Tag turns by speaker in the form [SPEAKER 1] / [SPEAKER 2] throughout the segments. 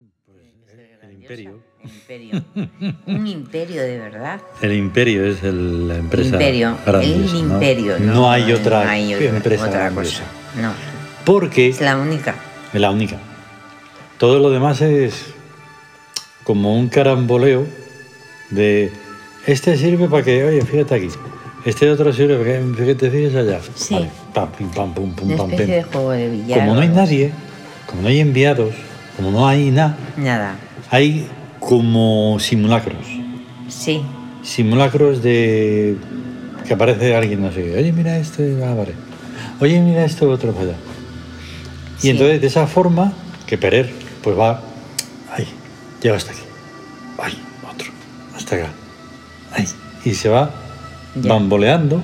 [SPEAKER 1] ¿Eh? Imperio.
[SPEAKER 2] Imperio. Un imperio de verdad.
[SPEAKER 1] El Imperio es el- la empresa.
[SPEAKER 2] imperio.
[SPEAKER 1] grande
[SPEAKER 2] el
[SPEAKER 1] esa, ¿no?
[SPEAKER 2] imperio.
[SPEAKER 1] No,
[SPEAKER 2] No,
[SPEAKER 1] hay otra
[SPEAKER 2] no hay otra-
[SPEAKER 1] empresa
[SPEAKER 2] otra
[SPEAKER 1] grande
[SPEAKER 2] cosa.
[SPEAKER 1] esa.
[SPEAKER 2] No.
[SPEAKER 1] Porque
[SPEAKER 2] Es la única.
[SPEAKER 1] es la única. Todo lo demás es como un caramboleo de este sirve para que, oye, fíjate aquí. Este otro sirve para que, fíjate, fíjate allá.
[SPEAKER 2] Sí.
[SPEAKER 1] Vale, pam, pim, pam, pum, pum,
[SPEAKER 2] Una
[SPEAKER 1] pam,
[SPEAKER 2] especie de
[SPEAKER 1] pim.
[SPEAKER 2] juego de billar.
[SPEAKER 1] Como no hay
[SPEAKER 2] o-
[SPEAKER 1] nadie, como no hay enviados, como no hay nada,
[SPEAKER 2] Nada.
[SPEAKER 1] hay como simulacros.
[SPEAKER 2] Sí.
[SPEAKER 1] Simulacros de que aparece alguien, no sé, qué. oye, mira este, ah, vale. Oye, mira esto otro para allá. Y
[SPEAKER 2] Sí.
[SPEAKER 1] entonces de esa forma que Perer pues va, ay, llega hasta aquí, ay, otro, hasta acá, ay, y se va
[SPEAKER 2] Ya.
[SPEAKER 1] bamboleando,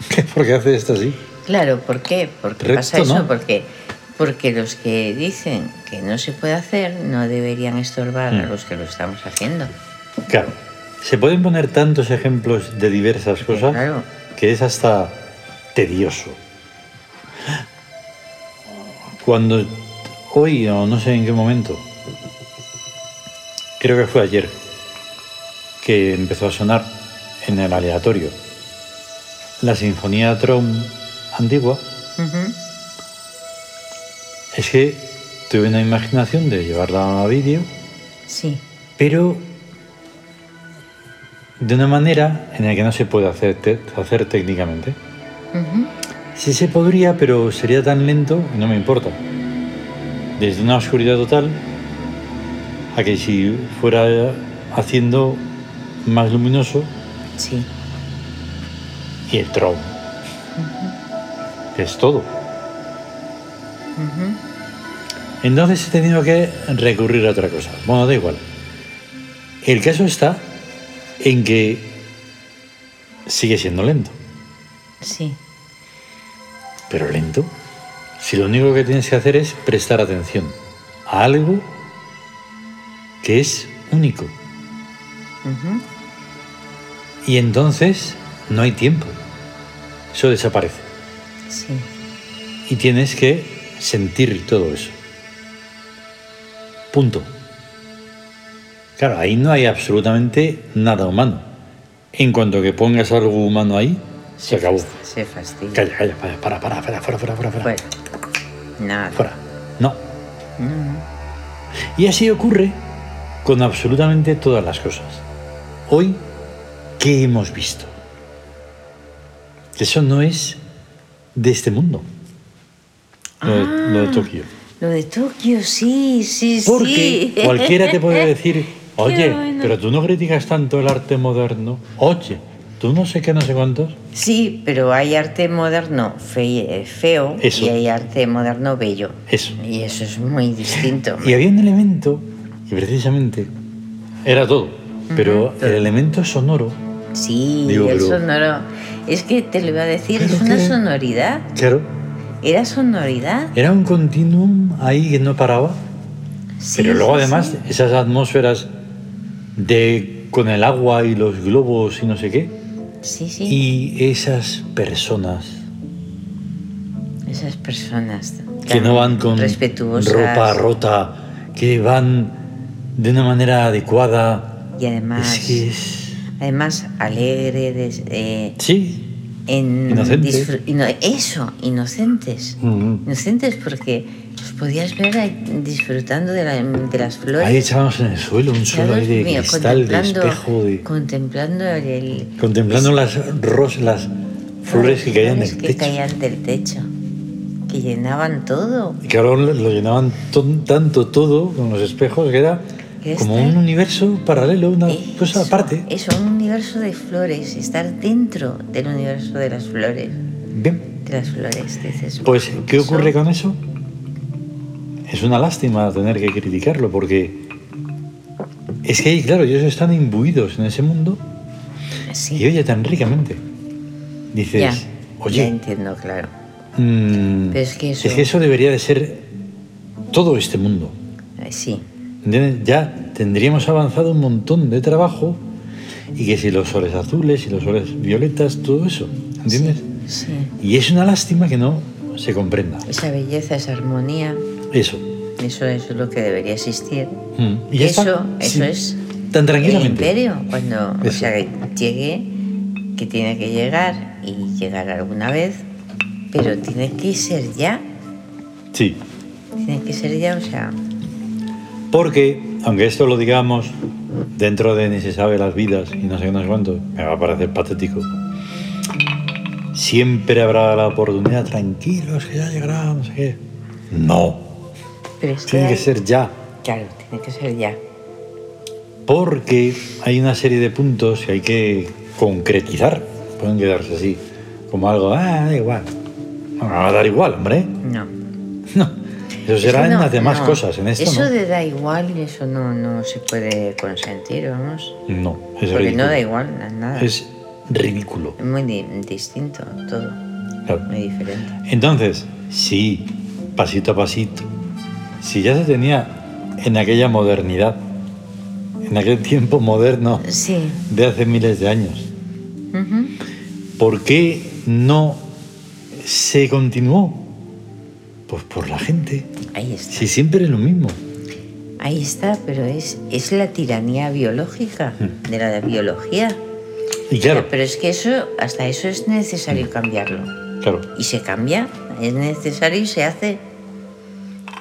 [SPEAKER 1] porque hace esto así.
[SPEAKER 2] Claro, ¿por qué? ¿Por qué
[SPEAKER 1] Recto,
[SPEAKER 2] pasa eso?
[SPEAKER 1] ¿no?
[SPEAKER 2] Porque, porque los que dicen que no se puede hacer no deberían estorbar a
[SPEAKER 1] Mm.
[SPEAKER 2] los que lo estamos haciendo.
[SPEAKER 1] Claro, se pueden poner tantos ejemplos de diversas cosas
[SPEAKER 2] Claro.
[SPEAKER 1] que es hasta tedioso. Cuando hoy, o no sé en qué momento, creo que fue ayer, que empezó a sonar en el aleatorio la sinfonía Tron antigua,
[SPEAKER 2] Ujú.
[SPEAKER 1] es que tuve una imaginación de llevarla a vídeo
[SPEAKER 2] Sí,
[SPEAKER 1] pero de una manera en la que no se puede hacer, te- hacer técnicamente.
[SPEAKER 2] Ujú.
[SPEAKER 1] Sí se podría, pero sería tan lento y no me importa. Desde una oscuridad total a que si fuera haciendo más luminoso
[SPEAKER 2] sí,
[SPEAKER 1] y el tron. Es todo.
[SPEAKER 2] Ujú.
[SPEAKER 1] Entonces he tenido que recurrir a otra cosa. Bueno, da igual. El caso está en que sigue siendo lento.
[SPEAKER 2] sí,
[SPEAKER 1] Pero lento. Si lo único que tienes que hacer es prestar atención a algo que es único.
[SPEAKER 2] Ujú.
[SPEAKER 1] Y entonces no hay tiempo. Eso desaparece.
[SPEAKER 2] sí,
[SPEAKER 1] Y tienes que sentir todo eso. Punto. Claro, ahí no hay absolutamente nada humano. En cuanto que pongas algo humano ahí, se acabó.
[SPEAKER 2] se fastidia.
[SPEAKER 1] Calla, calla, para, para, para, para, fuera, fuera, fuera, fuera.
[SPEAKER 2] Bueno, nada.
[SPEAKER 1] Fuera. No.
[SPEAKER 2] Mm,
[SPEAKER 1] Y así ocurre con absolutamente todas las cosas. Hoy, ¿qué hemos visto? Eso no es de este mundo. Lo de, lo
[SPEAKER 2] Ah.
[SPEAKER 1] de Tokio.
[SPEAKER 2] Lo de Tokio, sí, sí,
[SPEAKER 1] Porque
[SPEAKER 2] sí.
[SPEAKER 1] cualquiera te puede decir, oye,
[SPEAKER 2] bueno".
[SPEAKER 1] pero tú no criticas tanto el arte moderno. Oye, tú no sé qué, no sé cuántos.
[SPEAKER 2] Sí, pero hay arte moderno fe- eh, feo
[SPEAKER 1] Eso.
[SPEAKER 2] y hay arte moderno bello.
[SPEAKER 1] Eso.
[SPEAKER 2] Y eso es muy distinto.
[SPEAKER 1] Y había un elemento, y precisamente era todo, pero el elemento sonoro,
[SPEAKER 2] Sí,
[SPEAKER 1] Digo,
[SPEAKER 2] el
[SPEAKER 1] pero-
[SPEAKER 2] sonoro. Es que te lo iba a decir,
[SPEAKER 1] ¿Pero
[SPEAKER 2] es una
[SPEAKER 1] qué?
[SPEAKER 2] sonoridad.
[SPEAKER 1] claro,
[SPEAKER 2] ¿Era sonoridad?
[SPEAKER 1] era un continuum ahí que no paraba.
[SPEAKER 2] Sí,
[SPEAKER 1] Pero luego
[SPEAKER 2] sí,
[SPEAKER 1] además
[SPEAKER 2] sí.
[SPEAKER 1] esas atmósferas de con el agua y los globos y no sé qué
[SPEAKER 2] Sí, sí.
[SPEAKER 1] y esas personas
[SPEAKER 2] Esas personas.
[SPEAKER 1] que
[SPEAKER 2] tan
[SPEAKER 1] no van con
[SPEAKER 2] Respetuosas.
[SPEAKER 1] ropa rota, que van de una manera adecuada,
[SPEAKER 2] Y además.
[SPEAKER 1] es que es
[SPEAKER 2] Además, alegre. des- eh,
[SPEAKER 1] sí,
[SPEAKER 2] en
[SPEAKER 1] Inocentes. Mm-hmm.
[SPEAKER 2] disfr- ino- eso, inocentes.
[SPEAKER 1] Ujú.
[SPEAKER 2] Inocentes porque los podías ver ahí disfrutando de, la- de las flores.
[SPEAKER 1] ahí echábamos en el suelo un suelo ahí de
[SPEAKER 2] Dios mío,
[SPEAKER 1] cristal, de
[SPEAKER 2] contemplando-
[SPEAKER 1] espejo, de
[SPEAKER 2] Contemplando el...
[SPEAKER 1] contemplando las rosas, las flores que caían
[SPEAKER 2] flores
[SPEAKER 1] del
[SPEAKER 2] que
[SPEAKER 1] techo.
[SPEAKER 2] caían del techo, que llenaban todo.
[SPEAKER 1] Y claro, lo llenaban ton- tanto todo con los espejos que era
[SPEAKER 2] Que
[SPEAKER 1] como
[SPEAKER 2] este-
[SPEAKER 1] un universo paralelo, una cosa
[SPEAKER 2] Eso,
[SPEAKER 1] pues aparte.
[SPEAKER 2] Eso, un universo de flores, estar dentro del universo de las flores.
[SPEAKER 1] Bien,
[SPEAKER 2] De las flores, dices.
[SPEAKER 1] pues ¿qué
[SPEAKER 2] eso-
[SPEAKER 1] ocurre con eso? Es una lástima tener que criticarlo porque es que, claro, ellos están imbuidos en ese mundo
[SPEAKER 2] Sí,
[SPEAKER 1] y oye tan ricamente. Dices,
[SPEAKER 2] ya, ya
[SPEAKER 1] oye,
[SPEAKER 2] entiendo, claro.
[SPEAKER 1] mm,
[SPEAKER 2] Pero es que eso-
[SPEAKER 1] debería de ser todo este mundo.
[SPEAKER 2] Eh, Sí,
[SPEAKER 1] ¿Entiendes? Ya tendríamos avanzado un montón de trabajo y que si los soles azules y los soles violetas, todo eso, ¿entiendes?
[SPEAKER 2] sí.
[SPEAKER 1] Y es una lástima que no se comprenda
[SPEAKER 2] Esa belleza, esa armonía.
[SPEAKER 1] eso.
[SPEAKER 2] Eso es lo que debería existir.
[SPEAKER 1] Mm.
[SPEAKER 2] Y
[SPEAKER 1] ya está.
[SPEAKER 2] eso,
[SPEAKER 1] Sí.
[SPEAKER 2] eso es
[SPEAKER 1] Tan
[SPEAKER 2] el
[SPEAKER 1] tranquilamente.
[SPEAKER 2] imperio. Cuando o
[SPEAKER 1] Eso.
[SPEAKER 2] sea, que llegue, que tiene que llegar y llegar alguna vez, pero tiene que ser ya.
[SPEAKER 1] Sí.
[SPEAKER 2] Tiene que ser ya, o sea,
[SPEAKER 1] Porque, aunque esto lo digamos, dentro de ni se sabe las vidas y no sé qué, no sé cuánto, me va a parecer patético. Siempre habrá la oportunidad, tranquilos, que ya llegará, no sé qué. No,
[SPEAKER 2] pero es que
[SPEAKER 1] tiene
[SPEAKER 2] hay-
[SPEAKER 1] que ser ya.
[SPEAKER 2] Claro, tiene que ser ya.
[SPEAKER 1] Porque hay una serie de puntos que hay que concretizar. Pueden quedarse así, como algo, ah, da igual. No, me va a dar igual, hombre.
[SPEAKER 2] No.
[SPEAKER 1] No. Eso Pues será
[SPEAKER 2] Eso
[SPEAKER 1] en
[SPEAKER 2] no,
[SPEAKER 1] las demás
[SPEAKER 2] no.
[SPEAKER 1] cosas, en esto
[SPEAKER 2] Eso
[SPEAKER 1] no.
[SPEAKER 2] de da igual, eso no, no se puede consentir, vamos.
[SPEAKER 1] No, es
[SPEAKER 2] Porque
[SPEAKER 1] ridículo.
[SPEAKER 2] no da igual na- nada. Es,
[SPEAKER 1] Es ridículo.
[SPEAKER 2] muy di- distinto todo,
[SPEAKER 1] Claro.
[SPEAKER 2] muy diferente.
[SPEAKER 1] Entonces, sí, pasito a pasito. Si ya se tenía en aquella modernidad, en aquel tiempo moderno
[SPEAKER 2] Sí.
[SPEAKER 1] de hace miles de años,
[SPEAKER 2] ujú.
[SPEAKER 1] ¿por qué no se continuó? Pues por la gente.
[SPEAKER 2] Ahí está.
[SPEAKER 1] Si siempre es lo mismo.
[SPEAKER 2] Ahí está, pero es, es la tiranía biológica, de la biología.
[SPEAKER 1] Y Mm. claro, Mm.
[SPEAKER 2] Pero es que eso, hasta eso es necesario cambiarlo.
[SPEAKER 1] claro,
[SPEAKER 2] Y se cambia, es necesario y se hace.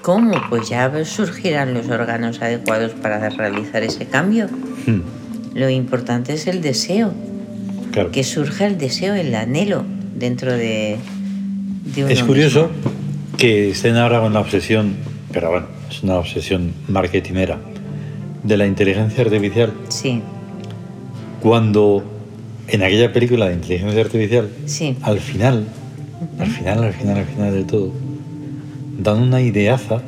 [SPEAKER 2] ¿Cómo? Pues ya surgirán los órganos adecuados para realizar ese cambio.
[SPEAKER 1] mm,
[SPEAKER 2] Lo importante es el deseo,
[SPEAKER 1] claro.
[SPEAKER 2] que surja el deseo, el anhelo dentro de, de uno
[SPEAKER 1] Es curioso que estén ahora con la obsesión, pero bueno, es una obsesión marketinera, de la inteligencia artificial
[SPEAKER 2] mismo. Sí,
[SPEAKER 1] cuando en aquella película de inteligencia artificial,
[SPEAKER 2] sí,
[SPEAKER 1] al final, al final, al final, al final de todo, dan una ideaza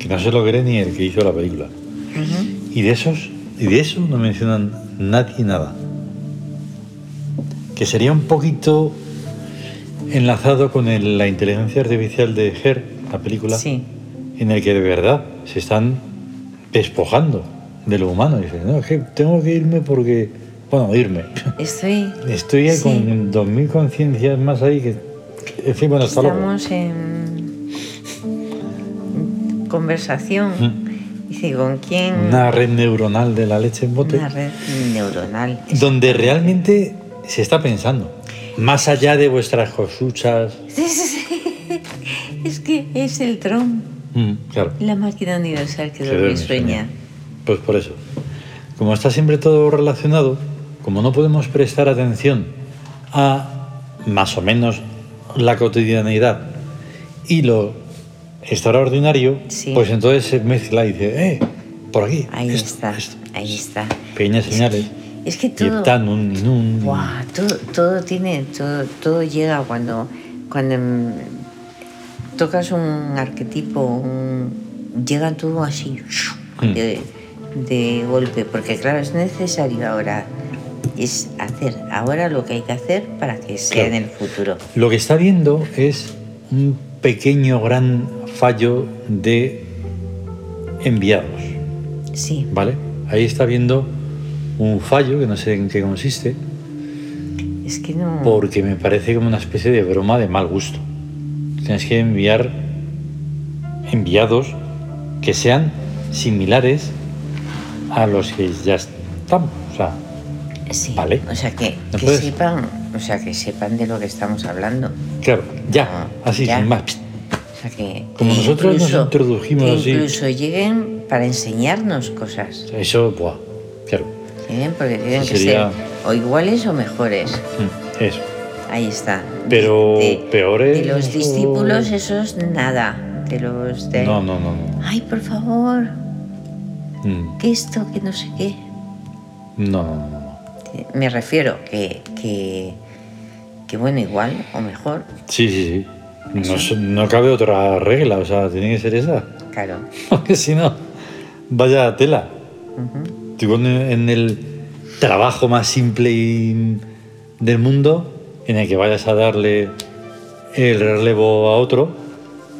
[SPEAKER 1] que no se lo cree ni el que hizo la película.
[SPEAKER 2] ujú,
[SPEAKER 1] Y de esos, y de eso no mencionan nadie nada. Que sería un poquito enlazado con el- la inteligencia artificial de Her, la película,
[SPEAKER 2] sí,
[SPEAKER 1] en el que de verdad se están despojando de lo humano. Y dicen, no, es que tengo que irme porque. Bueno, irme.
[SPEAKER 2] estoy...
[SPEAKER 1] Estoy ahí
[SPEAKER 2] Sí.
[SPEAKER 1] con dos mil conciencias más ahí que. En fin, bueno, hasta luego.
[SPEAKER 2] Estamos en conversación. Dice, ¿con quién?
[SPEAKER 1] Mm. Una red neuronal de la leche en bote.
[SPEAKER 2] Una red neuronal.
[SPEAKER 1] donde realmente se está pensando. Más allá de vuestras cosuchas.
[SPEAKER 2] Es que es el tron,
[SPEAKER 1] Mm, claro.
[SPEAKER 2] la máquina universal que
[SPEAKER 1] se
[SPEAKER 2] duerme y
[SPEAKER 1] duerme,
[SPEAKER 2] sueña.
[SPEAKER 1] Pues por eso. Como está siempre todo relacionado, como no podemos prestar atención a más o menos la cotidianeidad y lo extraordinario,
[SPEAKER 2] Sí.
[SPEAKER 1] pues entonces se mezcla y dice, eh, por aquí.
[SPEAKER 2] Ahí
[SPEAKER 1] esto,
[SPEAKER 2] está,
[SPEAKER 1] esto". Pues,
[SPEAKER 2] ahí está.
[SPEAKER 1] Pequeñas señales.
[SPEAKER 2] Es que
[SPEAKER 1] Y
[SPEAKER 2] todo...
[SPEAKER 1] están un, y nun, y-
[SPEAKER 2] Buah, todo, todo tiene, todo, todo llega cuando, cuando mm, tocas un arquetipo, un- llega todo así
[SPEAKER 1] Mm.
[SPEAKER 2] de, de golpe, porque claro, es necesario ahora, es hacer ahora lo que hay que hacer para que sea
[SPEAKER 1] Claro.
[SPEAKER 2] en el futuro.
[SPEAKER 1] Lo que está viendo es un pequeño gran fallo de enviados,
[SPEAKER 2] Sí,
[SPEAKER 1] ¿vale? Ahí está viendo un fallo que no sé en qué consiste,
[SPEAKER 2] es que no...
[SPEAKER 1] porque me parece como una especie de broma de mal gusto. Tienes que enviar enviados que sean similares a los que ya están. O sea,
[SPEAKER 2] sí,
[SPEAKER 1] vale.
[SPEAKER 2] O sea, que,
[SPEAKER 1] No
[SPEAKER 2] que
[SPEAKER 1] puedes.
[SPEAKER 2] sepan, o sea, que sepan de lo que estamos hablando.
[SPEAKER 1] claro, ya, así,
[SPEAKER 2] Ya.
[SPEAKER 1] sin más. Psst.
[SPEAKER 2] O sea que
[SPEAKER 1] Como
[SPEAKER 2] que
[SPEAKER 1] nosotros nos introdujimos
[SPEAKER 2] que
[SPEAKER 1] así.
[SPEAKER 2] Incluso lleguen para enseñarnos cosas.
[SPEAKER 1] Eso, buah, claro.
[SPEAKER 2] Lleguen porque tienen que ser
[SPEAKER 1] Sería-
[SPEAKER 2] o iguales o mejores.
[SPEAKER 1] Mm, Eso.
[SPEAKER 2] Ahí está.
[SPEAKER 1] Pero
[SPEAKER 2] De-
[SPEAKER 1] peores,
[SPEAKER 2] De los
[SPEAKER 1] eso-
[SPEAKER 2] discípulos, esos nada. De los de.
[SPEAKER 1] No, no, no, no.
[SPEAKER 2] Ay, por favor,
[SPEAKER 1] Mm,
[SPEAKER 2] que esto, que no sé qué.
[SPEAKER 1] No, no, no, no.
[SPEAKER 2] Me refiero que. que que bueno, igual o mejor,
[SPEAKER 1] Sí, sí, sí. No, es- no cabe otra regla, o sea, tiene que ser esa.
[SPEAKER 2] claro.
[SPEAKER 1] Porque si no, vaya tela.
[SPEAKER 2] Ujú.
[SPEAKER 1] Digo, en- en el trabajo más simple y- del mundo, en el que vayas a darle el relevo a otro,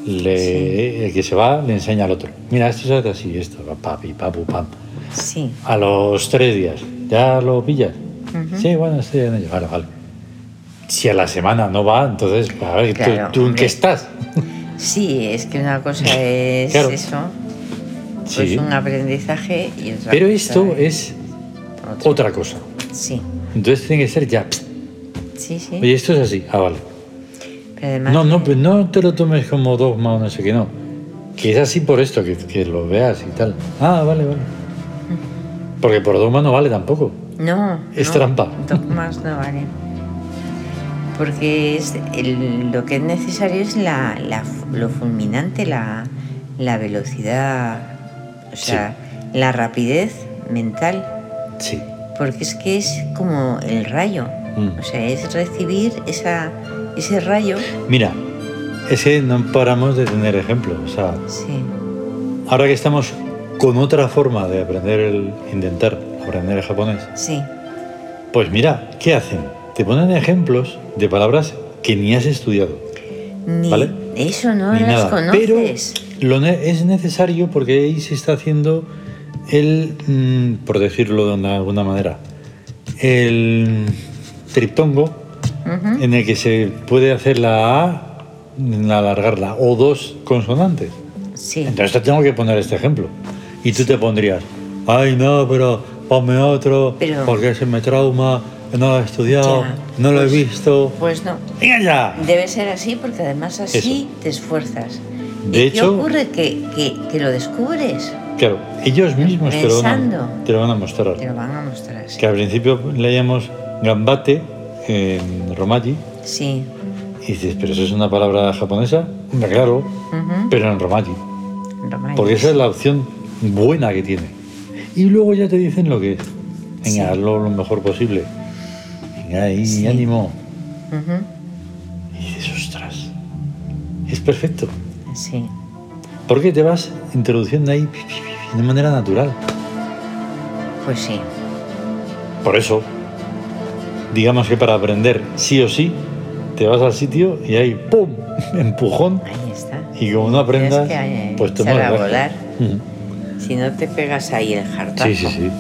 [SPEAKER 1] le- el que se va le enseña al otro. Mira, esto se hace así, esto, papi, papu, pam.
[SPEAKER 2] Sí,
[SPEAKER 1] A los tres días, ¿ya lo pillas?
[SPEAKER 2] Ujú.
[SPEAKER 1] Sí, bueno, estoy en ello. Vale, vale. Si a la semana no va, entonces, a ver, ¿tú-
[SPEAKER 2] Claro,
[SPEAKER 1] ¿tú, en
[SPEAKER 2] hombre.
[SPEAKER 1] qué estás?
[SPEAKER 2] sí, es que una cosa es
[SPEAKER 1] Claro.
[SPEAKER 2] eso Pues
[SPEAKER 1] Sí.
[SPEAKER 2] un aprendizaje y otra
[SPEAKER 1] Pero
[SPEAKER 2] cosa
[SPEAKER 1] esto es
[SPEAKER 2] otra.
[SPEAKER 1] otra cosa.
[SPEAKER 2] Sí,
[SPEAKER 1] Entonces tiene que ser ya. pst.
[SPEAKER 2] sí, sí.
[SPEAKER 1] Oye, esto es así. Ah, vale.
[SPEAKER 2] Pero además,
[SPEAKER 1] No, no, pues no te lo tomes como dogma o no sé qué, no. Que es así por esto, que, que lo veas y tal. Ah, vale, vale. Porque por dogma no vale tampoco.
[SPEAKER 2] no,
[SPEAKER 1] es
[SPEAKER 2] no,
[SPEAKER 1] trampa.
[SPEAKER 2] Dogmas no valen. Porque es el- lo que es necesario es la, la fu- lo fulminante, la, la velocidad, o
[SPEAKER 1] Sí.
[SPEAKER 2] sea, la rapidez mental.
[SPEAKER 1] Sí.
[SPEAKER 2] Porque es que es como el rayo.
[SPEAKER 1] Mm.
[SPEAKER 2] O sea, es recibir esa, ese rayo.
[SPEAKER 1] Mira, ese no paramos de tener ejemplos. O sea,
[SPEAKER 2] Sí,
[SPEAKER 1] ahora que estamos con otra forma de aprender el. intentar aprender el japonés,
[SPEAKER 2] sí,
[SPEAKER 1] pues mira, ¿qué hacen? Te ponen ejemplos de palabras que ni has estudiado.
[SPEAKER 2] Ni-
[SPEAKER 1] ¿Vale?
[SPEAKER 2] Eso no
[SPEAKER 1] ni
[SPEAKER 2] las
[SPEAKER 1] nada. Pero
[SPEAKER 2] conoces.
[SPEAKER 1] lo ne- es necesario porque ahí se está haciendo el, mm, por decirlo de una- alguna manera, el triptongo
[SPEAKER 2] Ujú.
[SPEAKER 1] en el que se puede hacer la A, mm, alargarla, o dos consonantes.
[SPEAKER 2] Sí,
[SPEAKER 1] Entonces te tengo que poner este ejemplo. Y tú te pondrías, ay no, pero ponme otro,
[SPEAKER 2] Pero-
[SPEAKER 1] porque se me trauma, no lo he estudiado,
[SPEAKER 2] Ya,
[SPEAKER 1] no lo he
[SPEAKER 2] pues-
[SPEAKER 1] visto.
[SPEAKER 2] pues no.
[SPEAKER 1] ¡Venga ya!
[SPEAKER 2] Debe ser así porque además así te esfuerzas.
[SPEAKER 1] De
[SPEAKER 2] ¿Y
[SPEAKER 1] hecho-
[SPEAKER 2] ¿Qué ocurre? Que, que- que lo descubres.
[SPEAKER 1] Claro, ellos mismos te lo, van a,
[SPEAKER 2] Pensando.
[SPEAKER 1] te lo van a mostrar.
[SPEAKER 2] Te lo van a mostrar así.
[SPEAKER 1] Que al principio leíamos gambate en romaji
[SPEAKER 2] Sí.
[SPEAKER 1] y dices, pero eso es una palabra japonesa. Hombre, claro,
[SPEAKER 2] Ujú.
[SPEAKER 1] pero en romaji.
[SPEAKER 2] Romanos.
[SPEAKER 1] Porque esa es la opción buena que tiene. Y luego ya te dicen lo que es. Venga,
[SPEAKER 2] Sí.
[SPEAKER 1] hazlo lo mejor posible. Venga, ahí,
[SPEAKER 2] Sí.
[SPEAKER 1] ánimo.
[SPEAKER 2] Ujú.
[SPEAKER 1] Y dices, ostras, es perfecto.
[SPEAKER 2] Sí,
[SPEAKER 1] Porque te vas introduciendo ahí pi, pi, pi, de manera natural.
[SPEAKER 2] pues sí.
[SPEAKER 1] Por eso, digamos que para aprender sí o sí, te vas al sitio y ahí, ¡pum!, empujón.
[SPEAKER 2] Ahí está.
[SPEAKER 1] Y como no
[SPEAKER 2] Tienes
[SPEAKER 1] aprendas,
[SPEAKER 2] que, eh,
[SPEAKER 1] pues te
[SPEAKER 2] echar
[SPEAKER 1] mueres.
[SPEAKER 2] a volar.
[SPEAKER 1] Ujú.
[SPEAKER 2] Si no te pegas ahí el jartazo. Este,
[SPEAKER 1] Sí, sí, sí.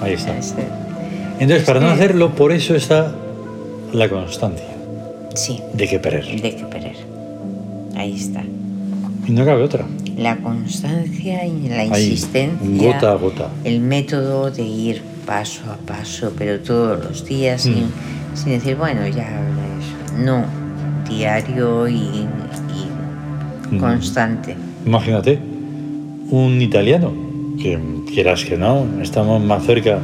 [SPEAKER 1] Ahí está.
[SPEAKER 2] Ese-
[SPEAKER 1] Entonces, para no
[SPEAKER 2] que-
[SPEAKER 1] hacerlo, por eso está la constancia
[SPEAKER 2] Sí,
[SPEAKER 1] de que perder.
[SPEAKER 2] de que perder. Ahí está.
[SPEAKER 1] Y no cabe otra.
[SPEAKER 2] La constancia y la
[SPEAKER 1] Ahí,
[SPEAKER 2] insistencia.
[SPEAKER 1] gota a gota.
[SPEAKER 2] El método de ir paso a paso, pero todos los días,
[SPEAKER 1] Mm.
[SPEAKER 2] sin, sin decir, bueno, ya eso. No, diario y, y
[SPEAKER 1] Mm.
[SPEAKER 2] constante.
[SPEAKER 1] Imagínate, un italiano, que quieras que no, estamos más cerca.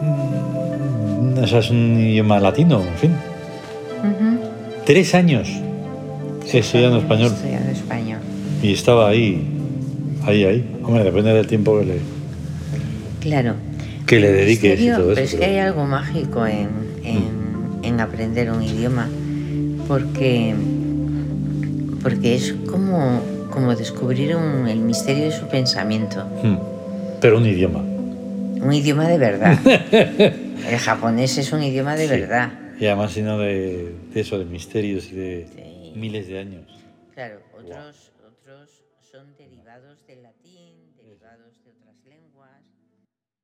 [SPEAKER 1] Mm, O sea, es un idioma latino, en fin.
[SPEAKER 2] Ujú.
[SPEAKER 1] Tres años estudiando español.
[SPEAKER 2] Estudiando español.
[SPEAKER 1] Y estaba ahí, ahí, ahí. Hombre, depende del tiempo que le,
[SPEAKER 2] Claro.
[SPEAKER 1] que le
[SPEAKER 2] El
[SPEAKER 1] dediques y
[SPEAKER 2] misterio,
[SPEAKER 1] todo eso. Mm.
[SPEAKER 2] pero es que
[SPEAKER 1] pero-
[SPEAKER 2] hay algo mágico en, en- en aprender un idioma, porque, porque es como, como descubrir un- el misterio de su pensamiento.
[SPEAKER 1] Mm. Pero un idioma.
[SPEAKER 2] Un idioma de verdad. El japonés es un idioma de
[SPEAKER 1] Sí.
[SPEAKER 2] verdad.
[SPEAKER 1] Y además, sino de, de eso, de misterios y de
[SPEAKER 2] Sí.
[SPEAKER 1] miles de años.
[SPEAKER 2] Claro, otros, otros son derivados del latín, derivados de otras lenguas.